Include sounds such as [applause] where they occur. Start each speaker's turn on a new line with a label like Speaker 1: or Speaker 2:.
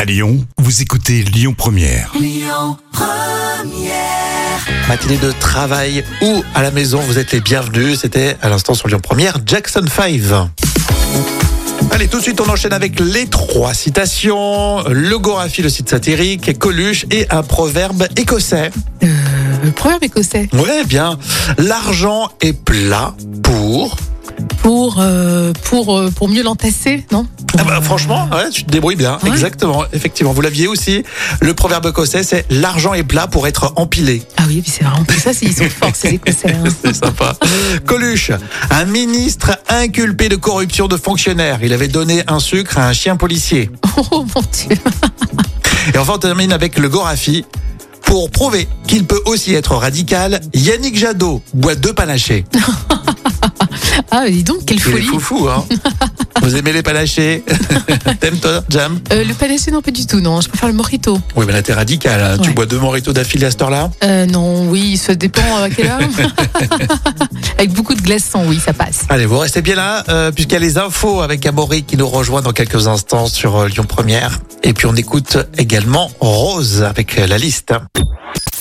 Speaker 1: À Lyon, vous écoutez Lyon Première.
Speaker 2: Matinée de travail ou à la maison, vous êtes les bienvenus. C'était à l'instant sur Lyon Première, Jackson 5. Allez, tout de suite, on enchaîne avec les trois citations. Le Gorafi, le site satirique, Coluche et un proverbe écossais.
Speaker 3: Le proverbe écossais.
Speaker 2: Ouais, bien. L'argent est plat pour...
Speaker 3: Pour, euh, pour, euh, pour mieux l'entasser, non
Speaker 2: Ah bah, franchement, ouais, tu te débrouilles bien.
Speaker 3: Ouais.
Speaker 2: Exactement, effectivement. Vous l'aviez aussi. Le proverbe écossais, c'est l'argent est plat pour être empilé.
Speaker 3: Ah oui, puis c'est vrai. En plus, ça, c'est- ils sont forts, ces
Speaker 2: [laughs]
Speaker 3: écossais. hein.
Speaker 2: C'est sympa. Coluche, un ministre inculpé de corruption de fonctionnaires. Il avait donné un sucre à un chien policier.
Speaker 3: Oh mon dieu.
Speaker 2: Et enfin, on termine avec le Gorafi. Pour prouver qu'il peut aussi être radical, Yannick Jadot boit deux panachés.
Speaker 3: Ah, dis donc, quelle
Speaker 2: Il est
Speaker 3: folie.
Speaker 2: foufou,
Speaker 3: [laughs]
Speaker 2: hein Vous aimez les panachés T'aimes toi, Jam
Speaker 3: Euh, le panaché, non, pas du tout, non. Je préfère le morito.
Speaker 2: Oui, mais là, t'es radical. hein. Tu
Speaker 3: Ouais.
Speaker 2: bois deux moritos d'affilée à cette heure-là
Speaker 3: Euh, non, oui, ça dépend
Speaker 2: [laughs]
Speaker 3: à quelle heure. Avec beaucoup de glaçons, oui, ça passe.
Speaker 2: Allez, vous restez bien là, euh, puisqu'il y a les infos avec Amaury qui nous rejoint dans quelques instants sur euh, Lyon Première. Et puis on écoute également Rose avec euh, la liste.